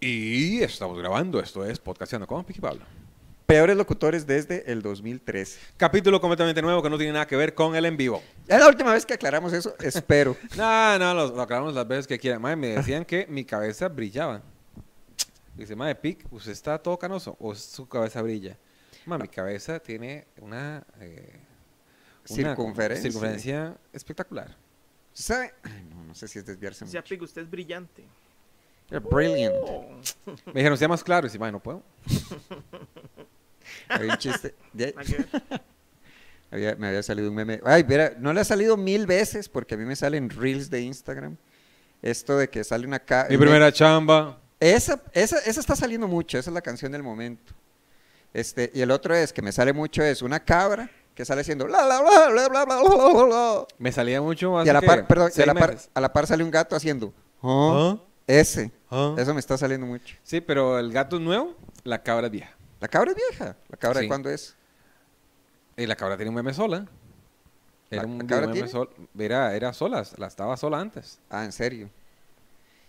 Y estamos grabando, esto es Podcastando con Piqui Pablo. Peores locutores desde el 2013. Capítulo completamente nuevo que no tiene nada que ver con el en vivo. Es la última vez que aclaramos eso, espero. No, no, lo, lo aclaramos las veces que quieran. Madre, me decían que mi cabeza brillaba. Dice, madre, Pic, ¿usted está todo canoso o su cabeza brilla? Madre, mi cabeza tiene una, eh, una Circunferencia. circunferencia espectacular. ¿Sabe? Ay, no, no sé si es desviarse O sea, mucho. Pig, "Ah, usted es brillante. You're Brilliant. Oh, Me dijeron, sea más claro. Y dice, madre, no puedo. Había un chiste. de- nada que ver. había- me había salido un meme. Ay, mira, no le ha salido mil veces porque a mí me salen reels de Instagram. Esto de que sale una ca- Mi primera chamba. Esa, esa, esa está saliendo mucho, esa es la canción del momento. Este, y el otro es que me sale mucho es una cabra que sale haciendo la la la la bla bla bla bla bla, bla. Me salía mucho más. Y a la par, perdón, y a la par, a la par sale un gato haciendo "Ah, ese. Eso me está saliendo mucho. Sí, pero el gato es nuevo, la cabra es vieja. La cabra es vieja. ¿La cabra Sí. de cuándo es? Y la cabra tiene un meme sola. Era ¿La- un la cabra meme tiene? sol- era, era sola, la estaba sola antes. Ah, en serio.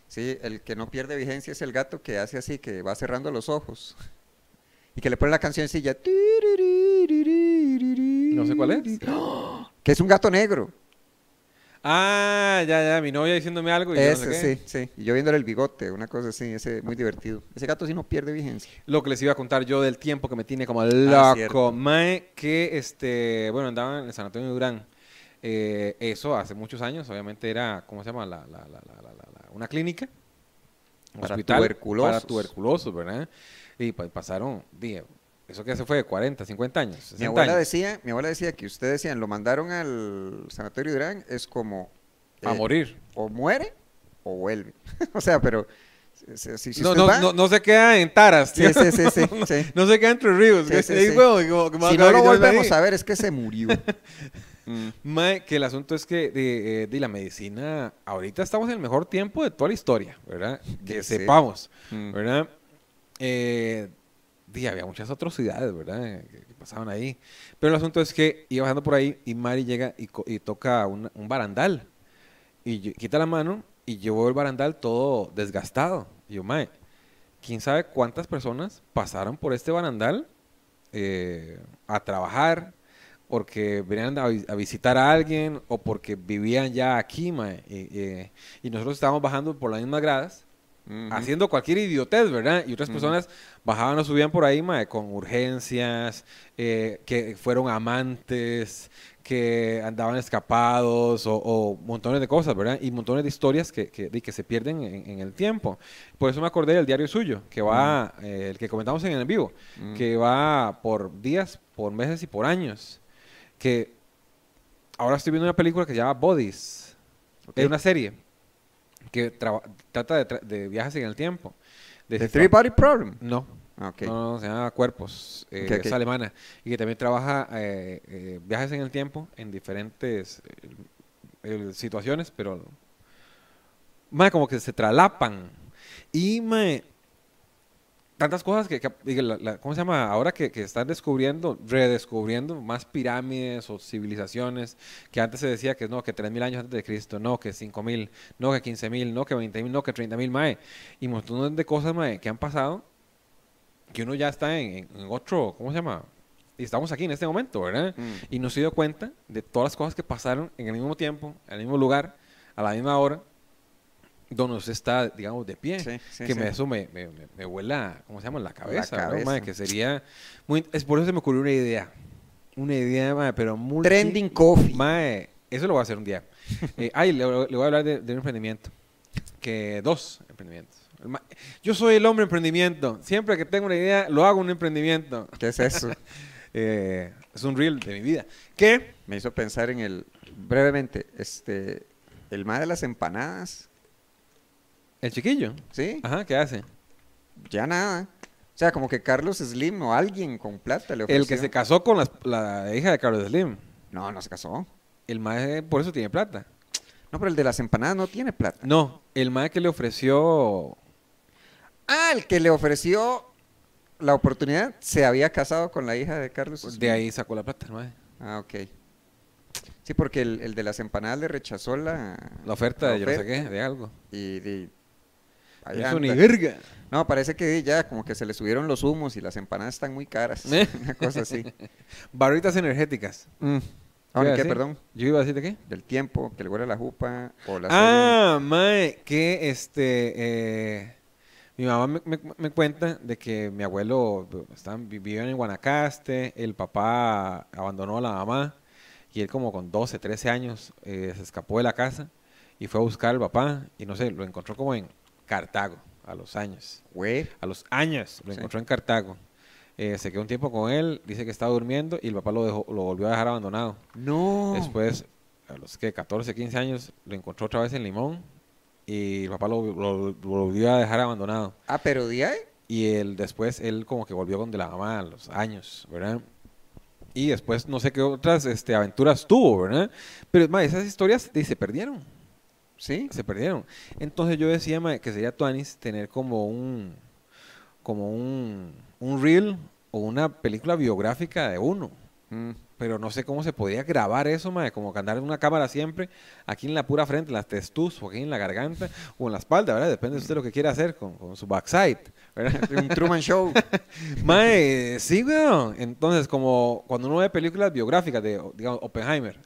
Sí, el que no pierde vigencia es el gato que hace así, que va cerrando los ojos. Y que le pone la cancioncilla. No No sé cuál es. Que es un gato negro. Ah, ya, ya, mi novia diciéndome algo y yo no sé Ese, qué. sí, sí. Y yo viéndole el bigote, una cosa así, ese muy divertido. Ese gato sí no pierde vigencia. Lo que les iba a contar yo del tiempo que me tiene como Ah, cierto. loco. Mae, que este, bueno, andaba en el San Antonio de Durán. Eh, eso hace muchos años, obviamente era, ¿cómo se llama? La, la- la- la- la- la- la- una clínica. un Para tuberculosos. Para tuberculosos, ¿verdad? Y pues, pasaron, dije, eso que hace fue de 40, 50 años. 60 Mi abuela, años. decía, mi abuela decía que ustedes decían, lo mandaron al sanatorio de Durán, es como... a eh, morir. O muere o vuelve. o sea, pero... si- si- si- si no, usted no, va- no, no se queda en Taras, Sí, tío. sí, sí, sí, sí. No se queda entre ríos. Sí, sí, sí. Si Si no lo volvemos a ver, es que se murió. Mm. Mae, que el asunto es que de, eh, de la medicina, ahorita estamos en el mejor tiempo de toda la historia, ¿verdad? Que Ya sé. sepamos, Mm. ¿verdad? Eh, di, había muchas atrocidades, ¿verdad? Eh, Que, que pasaban ahí. Pero el asunto es que iba bajando por ahí y Mari llega y, co- y toca un, un barandal. Y yo- quita la mano y yo veo el barandal todo desgastado. Y yo, Mae, quién sabe cuántas personas pasaron por este barandal eh, a trabajar, porque venían a, vi- a visitar a alguien o porque vivían ya aquí, mae, y, eh, y nosotros estábamos bajando por las mismas gradas, Ujú. haciendo cualquier idiotez, ¿verdad? Y otras Ujú. personas bajaban o subían por ahí, mae, con urgencias, eh, que fueron amantes, que andaban escapados o, o montones de cosas, ¿verdad? Y montones de historias que, que, di, que se pierden en, en el tiempo. Por eso me acordé del diario suyo, que va, eh, el que comentamos en el en vivo, Mm. que va por días, por meses y por años. Que ahora estoy viendo una película que se llama Bodies. Ok. Es una serie que traba- trata de, tra- de viajes en el tiempo. De The si- Three Body Problem. No. Ah, ok. No, no, se llama Cuerpos, eh, Ok, ok. es alemana, y que también trabaja eh, eh, viajes en el tiempo en diferentes eh, eh, situaciones, pero mae, como que se tralapan. Y mae, tantas cosas que, que- diga, la- la- ¿cómo se llama? Ahora que, que están descubriendo, redescubriendo más pirámides o civilizaciones, que antes se decía que no, que 3.000 años antes de Cristo, no, que 5.000, no, que 15.000, no, que 20.000, no, que 30.000, mae. Y un montón de cosas, mae, que han pasado, que uno ya está en, en- en otro, ¿cómo se llama? Y estamos aquí en este momento, ¿verdad? Mm. Y nos dio cuenta de todas las cosas que pasaron en el mismo tiempo, en el mismo lugar, a la misma hora, donde usted está, digamos, de pie Sí, sí, que sí. me, eso me, me, me- me vuela, ¿cómo se llama? La cabeza, ¿verdad, cabeza. mae? que sería muy, es por eso se me ocurrió una idea, una idea, mae, pero muy Trending Coffee. Mae, eso lo voy a hacer un día. Eh, ay, le, le voy a hablar de, de un emprendimiento, que dos emprendimientos. El ma- Yo soy el hombre emprendimiento. Siempre que tengo una idea, lo hago un emprendimiento. ¿Qué es eso? Eh, es un reel de mi vida. ¿Qué? me hizo pensar en el brevemente este el más de las empanadas El chiquillo. sí Ajá, ¿qué hace? ya nada o sea como que Carlos Slim o alguien con plata le ofreció El que se casó con las- la hija de Carlos Slim. no no se casó El mae por eso tiene plata. no pero el de las empanadas no tiene plata No, el mae que le ofreció. ah el que le ofreció la oportunidad se había casado con la hija de Carlos Slim. Pues, De ahí sacó la plata, el mae. ah ok sí porque el, el de las empanadas le rechazó la La oferta de yo no sé oferta qué, de algo. y, y ahí Eso ni anda. verga. No, parece que di, ya como que se le subieron los humos y las empanadas están muy caras. ¿Eh? Una cosa así. Barritas energéticas. Yo Mm. iba Ahora, a ¿qué, decir- perdón? Yo iba a decir de qué. Del tiempo, que le huele la jupa o la serie. Ah, mae, que este. eh, mi mamá me, me- me cuenta de que mi abuelo están, vivió en Guanacaste, el papá abandonó a la mamá y él, como con 12, 13 años, eh, se escapó de la casa y fue a buscar al papá y no sé, lo encontró como en Cartago a los años. Güey. A los años lo Sí. encontró en Cartago. Eh, se quedó un tiempo con él, dice que estaba durmiendo y el papá lo, dejó, lo volvió a dejar abandonado. No. Después, a los que 14, 15 años, lo encontró otra vez en Limón y el papá lo, lo- lo volvió a dejar abandonado. Ah, pero di ahí. Y él, después él como que volvió con de la mamá a los años, ¿verdad? Y después no sé qué otras este, aventuras tuvo, ¿verdad? Pero ma, esas historias di, se perdieron, Sí. se perdieron. Entonces yo decía ma, que sería Tuanis tener como un, como un, un reel o una película biográfica de uno Mm. pero no sé cómo se podía grabar eso, mae, como que andar en una cámara siempre, aquí en la pura frente, en las testus, o aquí en la garganta, o en la espalda, ¿verdad? Depende de usted lo que quiera hacer con, con su backside, ¿verdad? Un Truman Show. mae, sí, weón. Entonces, como cuando uno ve películas biográficas de, o- digamos, Oppenheimer,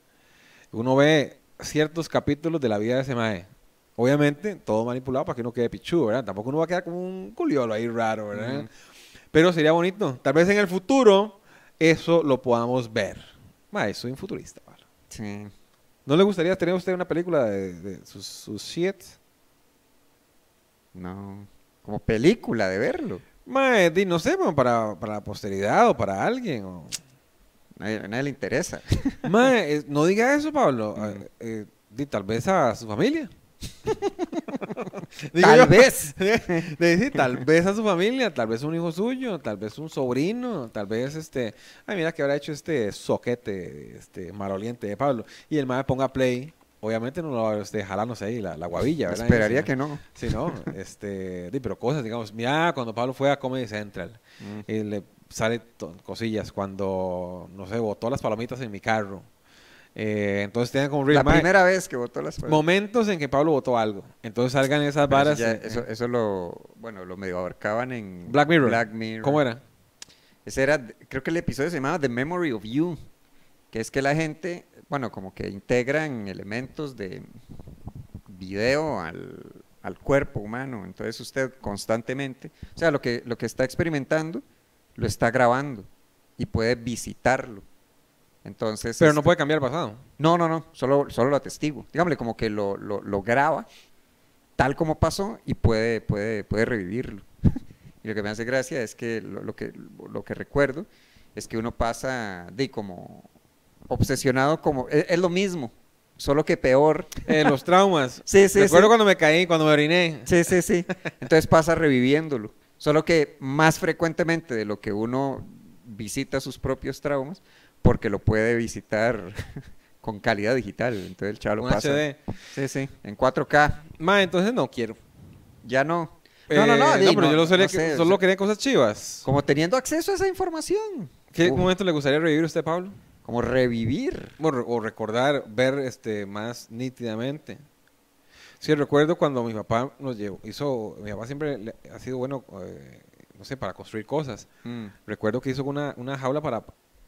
uno ve ciertos capítulos de la vida de ese mae. Obviamente, todo manipulado para que uno quede pichu, ¿verdad? Tampoco uno va a quedar como un culiolo ahí raro, ¿verdad? Ujú. Pero sería bonito. Tal vez en el futuro eso lo podamos ver. Mae, soy un futurista, ¿vale? Sí. ¿No le gustaría tener usted una película de, de sus, sus shit? No. Como película de verlo. Mae, di, no sé, bueno, para, para la posteridad o para alguien. o- Nadie- A nadie le interesa. Mae, eh, no diga eso, Pablo. Ah, eh, di, tal vez a su familia. Digo Tal yo. vez. Le dice, tal vez a su familia, tal vez un hijo suyo, tal vez un sobrino, tal vez este. Ay, mira que habrá hecho este soquete, este maloliente de Pablo. Y el mae ponga play. Obviamente no lo va a ver usted jalándose ahí la, la guavilla, ¿verdad? Esperaría Sí, que no. Sí, no, este, di, pero cosas, digamos, mira, cuando Pablo fue a Comedy Central, Mm. y le sale to- cosillas cuando, no sé, botó las palomitas en mi carro. Eh, entonces tengan como un reel, La mae, primera vez que votó las momentos en que Pablo votó algo. Entonces salgan esas Pero eso varas. ya- eh, eso, eso lo, bueno, lo medio abarcaban en Black Mirror. Black Mirror. ¿Cómo era? Ese era, creo que el episodio se llamaba The Memory of You, que es que la gente, bueno, como que integran elementos de video al, al cuerpo humano. Entonces usted constantemente, o sea, lo que, lo que está experimentando, lo está grabando y puede visitarlo. Entonces, Pero no este, puede cambiar el pasado. no, no, no, solo, solo lo atestigo. Dígame, como que lo, lo, lo graba tal como pasó y puede, puede, puede revivirlo. y lo que me hace gracia es que lo, lo que lo que recuerdo es que uno pasa de como obsesionado como e, es, es lo mismo, solo que peor. Eh, los traumas. Sí, sí, Recuerdo sí. cuando me caí, cuando me oriné. Sí, sí, sí. Entonces pasa reviviéndolo. Solo que más frecuentemente de lo que uno visita sus propios traumas, porque lo puede visitar con calidad digital. Entonces el chavo lo un pasa. HD. Sí, sí, en 4K. Ma, entonces no quiero. Ya no. Eh, di, pero yo lo solía no que- sé, o solo sea, quería cosas chivas. Como teniendo acceso a esa información. ¿Qué Uf, momento le gustaría revivir a usted, Pablo? Como revivir. O, re- o recordar, ver este más nítidamente. Sí, recuerdo cuando mi papá nos llevó, hizo, mi papá siempre le- ha sido bueno, eh, no sé, para construir cosas. Mm, Recuerdo que hizo una, una jaula para,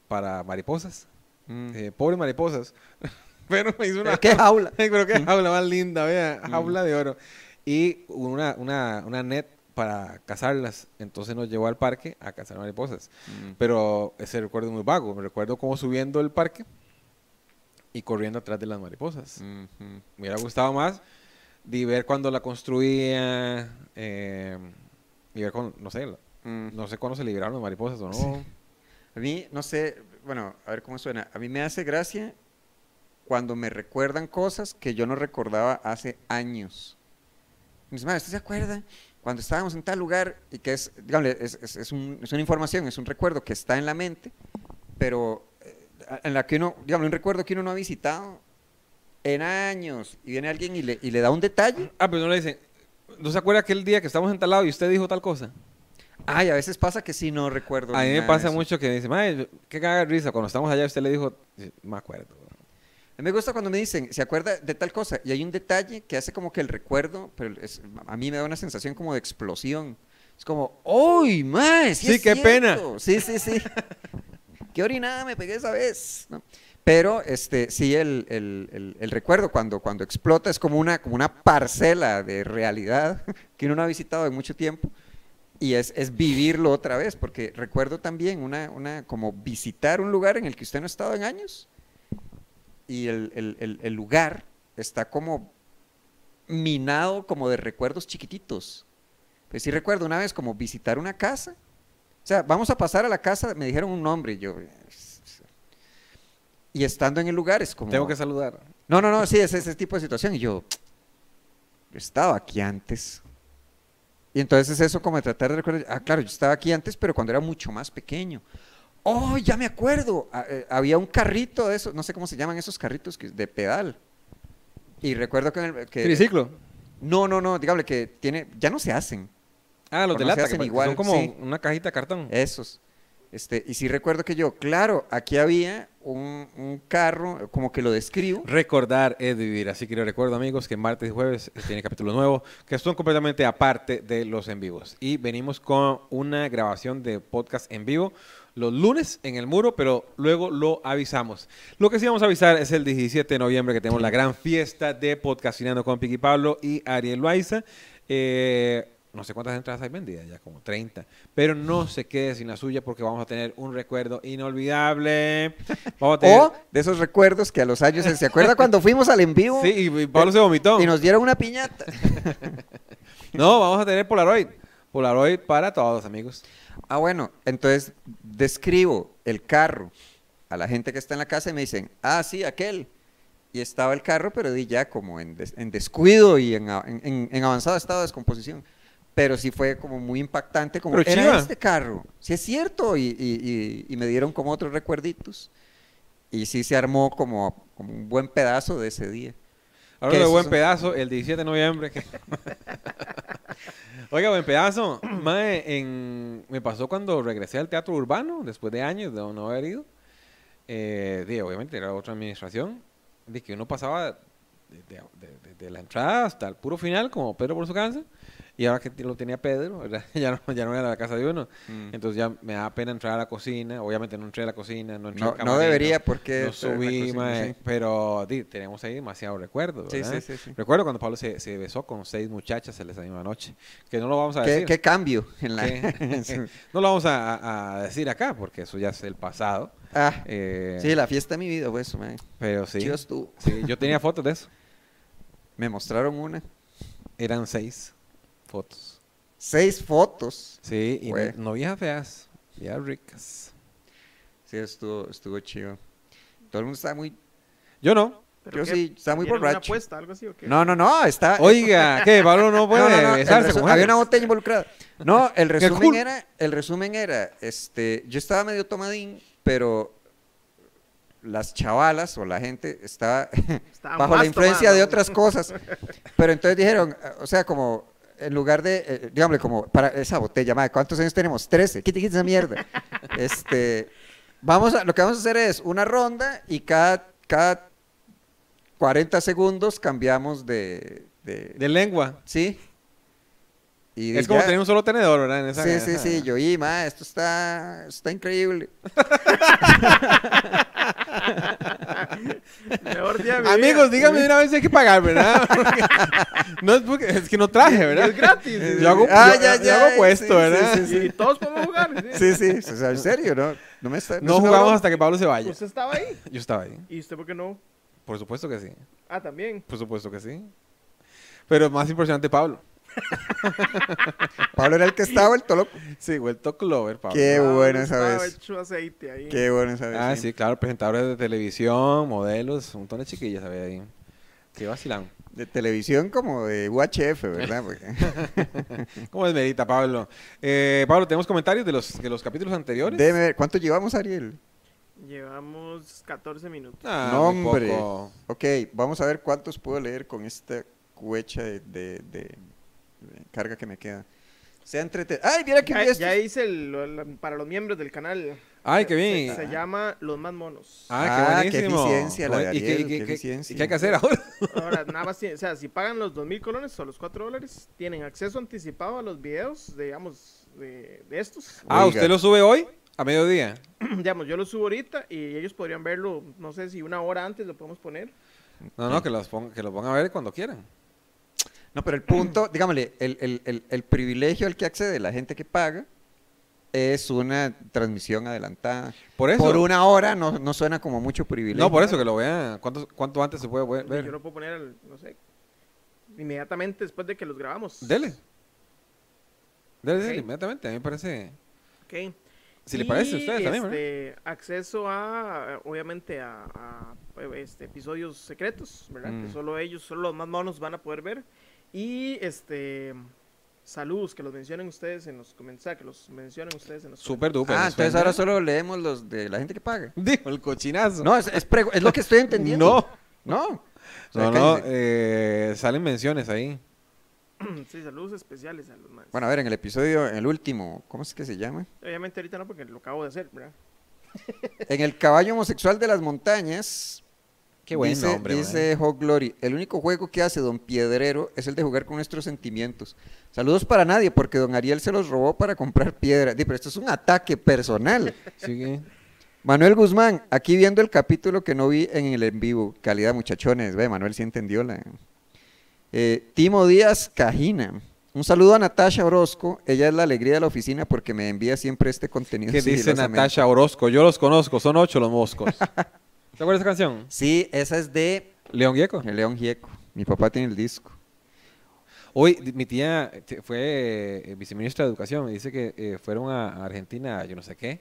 para mariposas. mm. Eh, pobres mariposas. Pero me hizo una ¿Qué jaula? Ay, pero qué jaula más linda, vea, Mm. jaula de oro. Y una, una, una net para cazarlas. Entonces nos llevó al parque a cazar mariposas. Mm. Pero ese recuerdo es muy vago. Me recuerdo como subiendo el parque y corriendo atrás de las mariposas. Mm, mm. Me hubiera gustado más de ver cuando la construía eh, y ver con, no sé, la- Mm. no sé cuándo se liberaron las mariposas o no. A mí, no sé, bueno, a ver cómo suena. A mí me hace gracia cuando me recuerdan cosas que yo no recordaba hace años. Mis madres, ¿usted se acuerda? Cuando estábamos en tal lugar y que es, digamos, es, es- es un- es una información, es un recuerdo que está en la mente, pero eh, en la que uno, digamos, un recuerdo que uno no ha visitado en años y viene alguien y le, y le da un detalle. Ah, pero no le dicen, ¿no se acuerda aquel día que estábamos en tal lado y usted dijo tal cosa? Ay, a veces pasa que sí no recuerdo. A ni mí me nada de pasa eso. mucho que me dice, "Mae, qué caga de risa, cuando estamos allá usted le dijo, "Sí, me acuerdo. A mí me gusta cuando me dicen, ¿se acuerda de tal cosa? Y hay un detalle que hace como que el recuerdo, pero es- a mí me da una sensación como de explosión. Es como, ¡Uy, más! Sí, qué pena. Sí, sí, sí. qué orinada me pegué esa vez. ¿no? Pero este, sí, el, el- el- el recuerdo cuando, cuando explota es como una, como una parcela de realidad que uno no ha visitado en mucho tiempo y es, es vivirlo otra vez, porque recuerdo también una, una, como visitar un lugar en el que usted no ha estado en años y el, el- el- el lugar está como minado como de recuerdos chiquititos. Pues sí recuerdo una vez como visitar una casa, o sea, vamos a pasar a la casa, me dijeron un nombre y yo... Y estando en el lugar es como... Tengo que saludar. No, no, no, sí, es ese tipo de situación. Y yo, yo estaba aquí antes. Y entonces es eso como de tratar de recordar, ah, claro, yo estaba aquí antes, pero cuando era mucho más pequeño. Oh, ya me acuerdo, ah, eh, había un carrito de esos, no sé cómo se llaman esos carritos que- de pedal. Y recuerdo que... en el- que- Triciclo. no, no, no, dígame que tiene, ya no se hacen. Ah, los O de no se lata, hacen que pa- que igual, son como sí. una cajita de cartón. Esos. Este, y sí recuerdo que yo, claro, aquí había un, un carro, como que lo describo. Recordar es vivir, así que les recuerdo amigos que martes y jueves eh, tiene capítulo nuevo, que son completamente aparte de los en vivos. Y venimos con una grabación de podcast en vivo los lunes en el muro, pero luego lo avisamos. Lo que sí vamos a avisar es el 17 de noviembre que tenemos la gran fiesta de podcastinando con Piqui Pablo y Ariel Loaiza. Eh, no sé cuántas entradas hay vendidas, ya como 30. Pero no se quede sin la suya porque vamos a tener un recuerdo inolvidable. Vamos a tener... O de esos recuerdos que a los años se acuerda cuando fuimos al en vivo Sí, y- y Pablo se vomitó. y nos dieron una piñata. No, vamos a tener Polaroid. Polaroid para todos, amigos. Ah, bueno, entonces describo el carro a la gente que está en la casa y me dicen, ah, sí, aquel. Y estaba el carro, pero di ya como en, des- en descuido y en, a- en- en avanzado estado de descomposición. Pero sí fue como muy impactante, como Pero era chiva". este carro, sí es cierto, y, y- y- y me dieron como otros recuerditos. Y sí se armó como, como un buen pedazo de ese día. Ahora de eso buen son- pedazo, el 17 de noviembre. Oiga, buen pedazo. Mae, en- me pasó cuando regresé al teatro urbano, después de años de no haber ido. Eh, di, obviamente era otra administración. De que uno pasaba de, de- de- de- de la entrada hasta el puro final, como Pedro por su casa. Y ahora que lo tenía Pedro, ¿verdad? ya, no, ya no era la casa de uno. Mm. Entonces ya me daba pena entrar a la cocina. Obviamente no entré a la cocina. No, entré al No, no camerino. debería porque... No subí, mae, mae. eh, pero di, tenemos ahí demasiados recuerdos. Sí, ¿verdad? sí, sí, sí. Recuerdo cuando Pablo se, se besó con seis muchachas en esa misma noche, que no lo vamos a ¿Qué, decir. qué cambio en la... que- en su- no lo vamos a, a- a decir acá, porque eso ya es el pasado. Ah, Eh, sí, la fiesta de mi vida fue eso, mae. Pero sí, Chido estuvo. sí, yo tenía fotos de eso. Me mostraron una. Eran seis fotos. Seis fotos. Sí, y Güey. no, no viejas feas, viejas ricas. Sí, estuvo, estuvo chido. Todo el mundo estaba muy... Yo no. Yo sí, estaba muy ¿Tienen borracho. una apuesta, algo así o qué? No, no, no, estaba... Oiga, ¿qué? Pablo no No, puede Ah, eh, no, no, el besarse resu- con Había una mujeres. botella involucrada. No, el resumen culo. era... El resumen era, este... Yo estaba medio tomadín, pero... Las chavalas o la gente estaba... Estaba bajo la más influencia tomado. de otras cosas. Pero entonces dijeron, eh, o sea, como en lugar de, eh, digámosle, como para esa botella, madre, ¿cuántos años tenemos? 13, quita, quita esa mierda. Este, vamos a, lo que vamos a hacer es una ronda y cada, cada 40 segundos cambiamos de... de- De lengua. ¿Sí? Y Es como ya- tener un solo tenedor, ¿verdad? En esa- Sí, sí, esa- sí, yo, y, ma, esto está, esto está increíble. Mejor día de mi Amigos, vida. díganme de una vez si hay que pagar, ¿verdad? Porque- no es, porque- es que no traje, ¿verdad? Es gratis. Yo hago, Ah, yo- ya, yo ya, hago sí, puesto, sí, ¿verdad? sí, Y todos podemos jugar. ¿sí? Sí, sí, o sea, en serio, ¿no? No, me está, No es una jugamos broma. hasta que Pablo se vaya. Usted estaba ahí. Yo estaba ahí. ¿Y usted por qué no? Por supuesto que sí. Ah, también. Por supuesto que sí. Pero más impresionante Pablo. Pablo era el que estaba, el tolo... Sí, vuelto Clover, Pablo. Qué Ah, bueno esa estaba vez. hecho aceite ahí. Qué bueno esa vez. Ah, sí, claro, presentadores de televisión, modelos, un montón de chiquillas había ahí. Qué vacilán. De televisión como de UHF, ¿verdad? Porque- ¿Cómo desmerita, Pablo? Eh, Pablo, tenemos comentarios de los, de los capítulos anteriores. Déjeme ver, ¿cuánto llevamos, Ariel? Llevamos 14 minutos. Ah, No, muy hombre. poco. Ok, vamos a ver cuántos puedo leer con esta cuecha de, de- de- de carga que me queda. Sea entrete... ¡Ay, mira que vi Ah, Ya, esto! ya hice el- lo- la- para los miembros del canal. Ay, Se- qué bien. Se, se llama Los Más Monos. Ah, Ah, qué qué buenísimo. eficiencia la de ¿Y qué- Ariel, y qué- qué qué- eficiencia. ¿Y qué hay que hacer ahora? Ahora, nada más, tiene- o sea, si pagan los 2.000 colones o los 4 dólares, tienen acceso anticipado a los videos, digamos, de, de estos. Ah, Oiga. ¿usted lo sube hoy? A mediodía. digamos, yo lo subo ahorita y ellos podrían verlo, no sé si una hora antes lo podemos poner. No, no, que los, ponga- que los pongan a ver cuando quieran. No, pero el punto, digámosle, el, el- el- el privilegio al que accede la gente que paga es una transmisión adelantada. Por eso. Por una hora no, no suena como mucho privilegio. no, por eso que lo vean. ¿Cuánto, cuánto antes se puede Y ver? Yo lo puedo poner, al, no sé, inmediatamente después de que los grabamos. Dele. Dele, dele, Ok. inmediatamente. A mí me parece. Ok. Si le parece a Y, ustedes también, ¿verdad? este, Acceso a, obviamente, a, a, este, episodios secretos, ¿verdad? Mm. Que solo ellos, solo los más monos van a poder ver. Y, este, saludos, que los mencionen ustedes en los comentarios, que los mencionen ustedes en los Súper duper. Ah, me entonces suena. ahora solo leemos los de la gente que paga. Dijo el cochinazo. No, es, es prego- es lo que estoy entendiendo. No. No. O sea, No, no, cállense. eh, salen menciones ahí. comentarios. Sí, saludos especiales a los más. Bueno, a ver, en el episodio, en el último, ¿cómo es que se llama? Obviamente ahorita no, porque lo acabo de hacer, ¿verdad? En el caballo homosexual de las montañas. Qué buen dice, nombre, Dice Hog Glory, el único juego que hace Don Piedrero es el de jugar con nuestros sentimientos. Saludos para nadie, porque Don Ariel se los robó para comprar piedra. Di, pero esto es un ataque personal. Sigue. Manuel Guzmán, aquí viendo el capítulo que no vi en el en vivo. Calidad, muchachones. Ve, Manuel sí entendió la. Eh, Timo Díaz Cajina. Un saludo a Natasha Orozco. Ella es la alegría de la oficina porque me envía siempre este contenido. ¿Qué dice sigilosamente. Natasha Orozco? Yo los conozco, son ocho los moscos. ¿Te acuerdas de esa canción? Sí, esa es de León Gieco. El León Gieco. Mi papá tiene el disco. Hoy di- mi tía te- fue eh, viceministra de Educación, me dice que eh, fueron a a Argentina, yo no sé qué,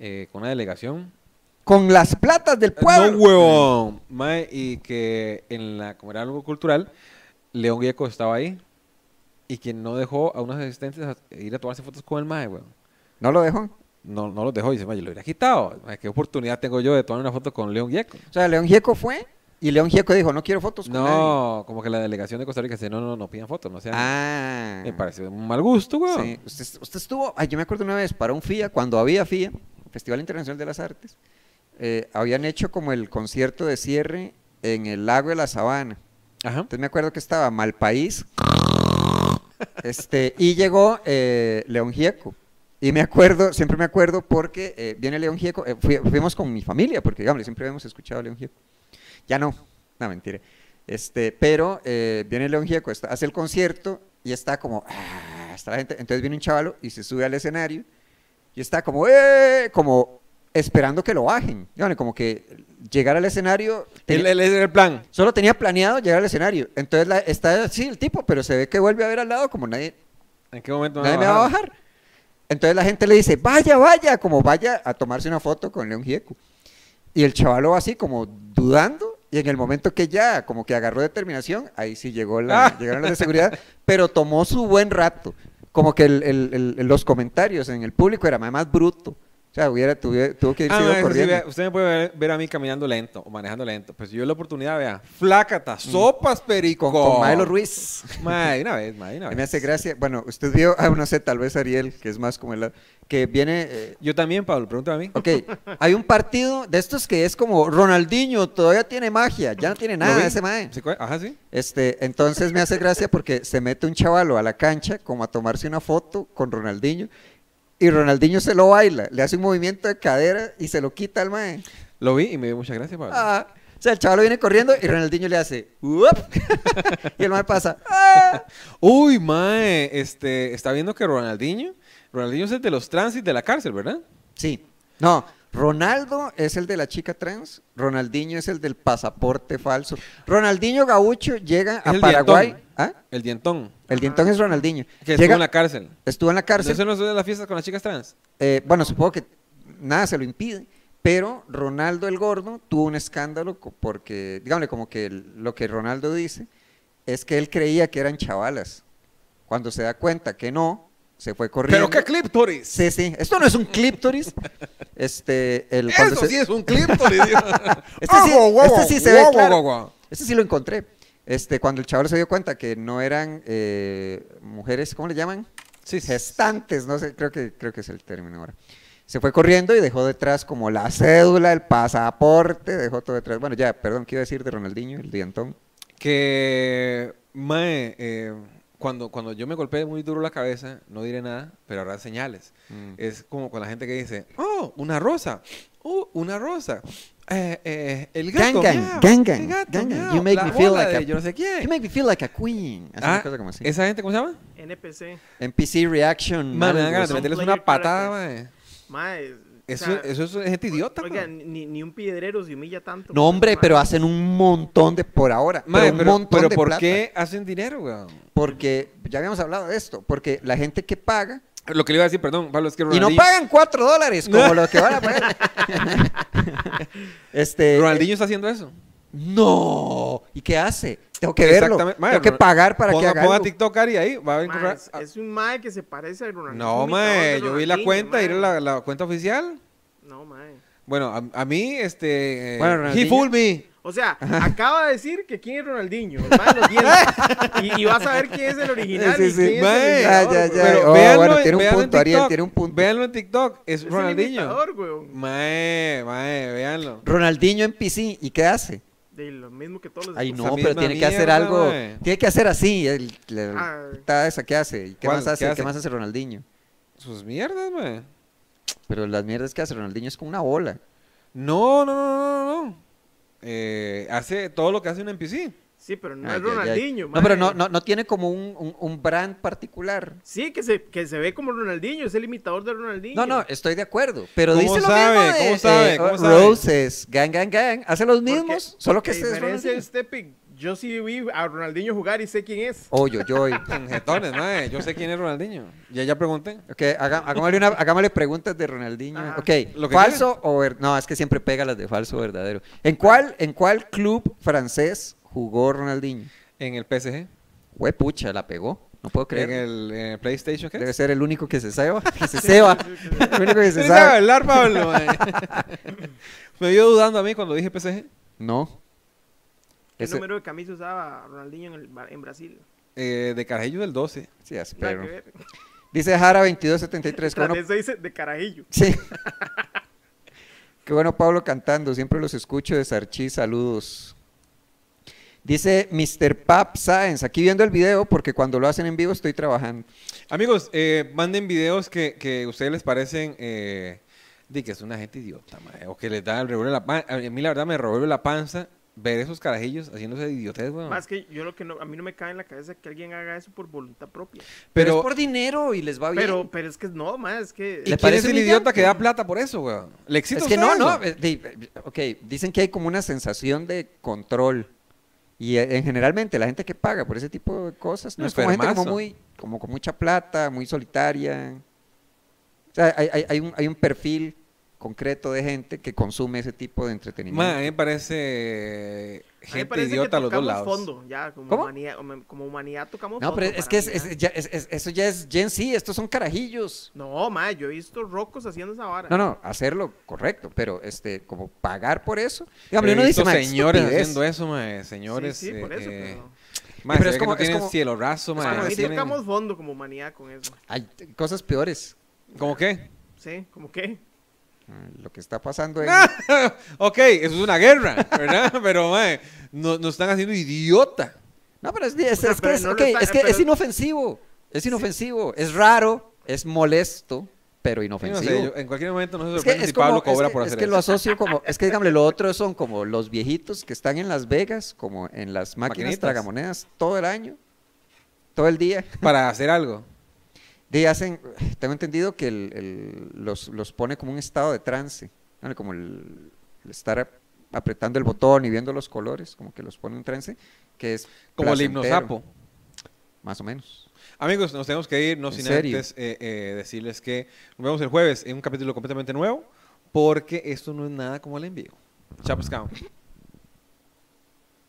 eh, con una delegación. Con las platas del pueblo. No, huevón. Mae, y que en la, como era algo cultural, León Gieco estaba ahí y que no dejó a unos asistentes a- ir a tomarse fotos con el mae, weón. No lo dejó. No, no los dejó y dice, mae, yo lo hubiera quitado. Mae, ¿Qué oportunidad tengo yo de tomar una foto con León Gieco? O sea, León Gieco fue y León Gieco dijo, no quiero fotos con nadie". No, como que la delegación de Costa Rica dice, no, no, no pidan fotos, no sean... Ah. Me pareció un mal gusto, weón. Sí, Usted, usted estuvo, ay, yo me acuerdo una vez, para un FIA, cuando había FIA, Festival Internacional de las Artes, eh, habían hecho como el concierto de cierre en el lago de la Sabana. Ajá. Entonces me acuerdo que estaba Malpaís, este, y llegó eh, León Gieco. Y me acuerdo, siempre me acuerdo porque eh, viene León Gieco, eh, fui- fuimos con mi familia, porque digamos, siempre habíamos escuchado a León Gieco. Ya no, no, mentira. Este, pero eh, viene León Gieco, está- hace el concierto y está como, ah, está la gente. Entonces viene un chavalo y se sube al escenario y está como, ¡eh! Como esperando que lo bajen. Digamos, Como que llegar al escenario. Él, tenía- él es el plan. Solo tenía planeado llegar al escenario. Entonces la- está así el tipo, pero se ve que vuelve a ver al lado como nadie, ¿En qué momento nadie me va a bajar. Entonces la gente le dice, vaya, vaya, como vaya a tomarse una foto con León Gieco. Y el chaval lo va así como dudando y en el momento que ya como que agarró determinación, ahí sí llegó la, Ah. llegaron los de seguridad, pero tomó su buen rato. Como que el- el- el- los comentarios en el público era más, más bruto. O sea, hubiera, tuve- tuvo que irse Ah, mae, eso sí, corriendo. vea, usted me puede ver, ver a mí caminando lento o manejando lento. Pues si yo la oportunidad, vea, flácata, sopas, perico. Mm. con, con Maelo Ruiz. Mae, una vez, mae, una Me vez. hace gracia. Bueno, usted vio, ah, no sé, tal vez Ariel, que es más como el. que viene. eh, Yo también, Pablo, pregúntame a mí. ok, hay un partido de estos que es como Ronaldinho, todavía tiene magia, ya no tiene ¿Lo nada vi? ese mae. ¿Sí, cua- Ajá, sí. Este, entonces me hace gracia porque se mete un chavalo a la cancha como a tomarse una foto con Ronaldinho y Ronaldinho se lo baila, le hace un movimiento de cadera y se lo quita al mae. Lo vi y me dio muchas gracias, Pablo. Ah, o sea, el chavalo viene corriendo y Ronaldinho le hace "Uop", y el mae pasa. "Ah". Uy, mae, este, está viendo que Ronaldinho, Ronaldinho es el de los transis de la cárcel, ¿verdad? Sí. No, Ronaldo es el de la chica trans, Ronaldinho es el del pasaporte falso. Ronaldinho Gaucho llega a el Paraguay. dientón. ¿Ah? El dientón, El dientón es Ronaldinho. que estuvo Llega- en la cárcel. cárcel. ¿Eso no es de las fiestas con las chicas trans? Eh, bueno, supongo que nada se lo impide. Pero Ronaldo el Gordo tuvo un escándalo co- porque, digámosle, como que el- lo que Ronaldo dice es que él creía que eran chavalas. Cuando se da cuenta que no, se fue corriendo. ¡Pero qué clíptoris! Sí, sí. Esto no es un clíptoris. Este, el, cuando Eso se- sí es un clíptoris. Dios. Este sí- Ojo, guau, este sí se guau, ve guau, claro. guau, guau. Ese sí lo encontré. Este, cuando el chaval se dio cuenta que no eran eh, mujeres, ¿cómo le llaman? Sí, sí. Gestantes, no sé, creo que, creo que es el término ahora. Se fue corriendo y dejó detrás como la cédula, el pasaporte, dejó todo detrás. Bueno, ya, perdón, ¿qué iba a decir de Ronaldinho, el dientón? Que, mae, eh, cuando, cuando yo me golpeé muy duro la cabeza, no diré nada, pero habrá señales. Mm. Es como con la gente que dice, oh, una rosa, oh, una rosa. Eh, eh, el gato, Gangan, miau, gangan, el gato, gangan. miau, You make la me feel bola like de a- yo no sé quién. You make me feel like a queen. Así una Ah, cosa como así. ¿Esa gente cómo se llama? NPC. NPC Reaction. Mae, me dan algo ganas de así. son meterles player una patada, characters. mae. Mae, o Eso, sea, eso es gente idiota, Oiga, mae. ni, ni un piedrero se humilla tanto. No, hombre, mae. pero hacen un montón de por ahora. Mae, pero un pero, montón pero de ¿por plata. qué hacen dinero, weón? Porque ya habíamos hablado de esto. Porque la gente que paga Lo que le iba a decir, perdón, Pablo, es que y no Ronaldinho, pagan 4 dólares como No. lo que van a pagar. este. Ronaldinho está haciendo eso. No. ¿Y qué hace? Tengo que verlo. Exactamente. Mae, Tengo que Ron- pagar para que ponga, haga. ponga algo. TikTok Ari ahí, va a Mae, encontrar... Ah, es, es un mae que se parece al Ronaldinho. No, es un imitador mae, de yo vi la Ronaldinho, cuenta, mae. era la, la cuenta oficial. No, mae. Bueno, a, a mí, este... eh, Bueno, he Ronaldinho- fooled me. O sea, acaba de decir que quién es Ronaldinho. el mae lo tiene. y, y vas a ver quién es el original. Sí, y sí, quién sí. es Mae, el ya, imitador, ya, güey. ya. Pero Oh, véanlo bueno, en- tiene un véanlo en punto, Ariel, TikTok. tiene un punto. Véanlo en TikTok, es, Es el Ronaldinho. imitador, güey. Mae, mae, véanlo. Ronaldinho en PC. ¿Y qué hace? De lo mismo que todos los Ay, Pues, Esa no, misma pero tiene que hacer mierda, algo. mae. Tiene que hacer así. El, la- la Ah. putada esa que hace. ¿Y qué ¿Cuál? más hace? ¿Qué ¿Qué, hace? más hace Ronaldinho? Sus mierdas, mae. Pero las mierdas que hace Ronaldinho es como una bola. No, no, no, no, no, no. Eh, hace todo lo que hace un NPC. Sí, pero no Ay, es ay, ay. Ronaldinho, No, mae. pero no, no, no tiene como un, un- un brand particular. Sí, que se, que se ve como Ronaldinho, es el imitador de Ronaldinho. No, no, estoy de acuerdo. Pero ¿Cómo dice lo sabe? mismo de, ¿Cómo sabe? eh, ¿Cómo oh, sabe? Roses, Gang Gang Gang. Hace los Porque mismos, solo que a este es diferencia de Ronaldinho. este pic, yo sí vi a Ronaldinho jugar y sé quién es. Oye, yo, yo. En jetones, mae. Yo sé quién es Ronaldinho. Ya, ya pregunté. Ok, haga- hagámosle, una- hagámosle preguntas de Ronaldinho. Ajá. Ok, Lo que falso o verdadero. No, es que siempre pega las de falso o verdadero. ¿En cuál, ¿En cuál club francés jugó Ronaldinho? En el PSG. Güey, pucha, la pegó. No puedo creer. En el, en el PlayStation, ¿qué? Debe ser el único que se ceba. Que se ceba. el único que Sí se sabe sabe. hablar, Pablo, mae. Me vio dudando a mí cuando dije PSG. No. ¿Qué Ese- número de camisa usaba Ronaldinho en, el Bar- en Brasil? Eh, de Carajillo del 12. Sí, hace Nada perro. que ver. Dice Jara 2273. Qué Tras bueno, eso dice de carajillo. sí. Qué bueno Pablo cantando. Siempre los escucho de Sarchi. Saludos. Dice Mr. Pap Sáenz. Aquí viendo el video porque cuando lo hacen en vivo estoy trabajando. Amigos, eh, manden videos que, que a ustedes les parecen eh, de que es una gente idiota, mae, o que les da el revuelve la pan- A mí, la verdad, me revuelve la panza ver esos carajillos haciéndose de idiotez, Ah. weón. Más que yo lo que no, a mí no me cae en la cabeza que alguien haga eso por voluntad propia. Pero, es Pero, por dinero y les va bien. Pero, pero es que no, más es que... ¿y ¿Le quién es parece el humillante? idiota que da plata por eso, weón? ¿Le excita es a que no, ustedes, no. weón? eh, di- eh, Ok, dicen que hay como una sensación de control. Y eh, en generalmente la gente que paga por ese tipo de cosas no No, es como gente como enfermazo. muy, como con mucha plata, muy solitaria. O sea, hay, hay- hay un, hay un perfil concreto de gente que consume ese tipo de Mae, a entretenimiento. mí me parece a mí me gente parece que idiota a los dos tocamos lados. fondo, ya, como, ¿Cómo? Humanidad, como humanidad tocamos No, fondo pero es para que es- mí, es- ya. ya es- es- eso ya es Gen Z, estos son carajillos. No, ma, yo he visto rocos haciendo esa vara. No, no, hacerlo correcto, pero este, como pagar por eso. Digamos, He uno dice, visto "Ma, qué señores estupidez". haciendo eso, mae, señores. Sí, sí, por eh, eso, eh, pero... mae, Pero se es ve que como- no es tienen como- cielo raso, mae, Para no mí tienen- tocamos fondo como humanidad con eso. Hay t- cosas peores. ¿Cómo qué? Sí, como que... Mm, Lo que está pasando en, Ah. ok, eso es una guerra, ¿verdad? Pero, mae, no- nos están haciendo idiota. No, pero es, es- O sea, es pero que, es, no lo ok, está- es que pero- es inofensivo. Es inofensivo. Es raro, es molesto, pero Sí, no inofensivo. sé, yo- en cualquier momento no se es que, sorprende es si Pablo como- es cobra que- por es hacer que lo eso. asocio como, es que dígame, lo otro son como los viejitos que están en Las Vegas, como en las máquinas Maquinitas. tragamonedas todo el año, todo el día. Para hacer algo. De hacen, tengo entendido que el- el- los, los pone como un estado de trance, ¿no? como el, el estar ap- apretando el botón y viendo los colores, como que los pone en un trance, que es Como el placentero, hipnosapo. Más o menos. Amigos, nos tenemos que ir, no ¿En sin serio? antes eh, eh, decirles que nos vemos el jueves en un capítulo completamente nuevo, porque esto no es nada como el envío. Chapos Count.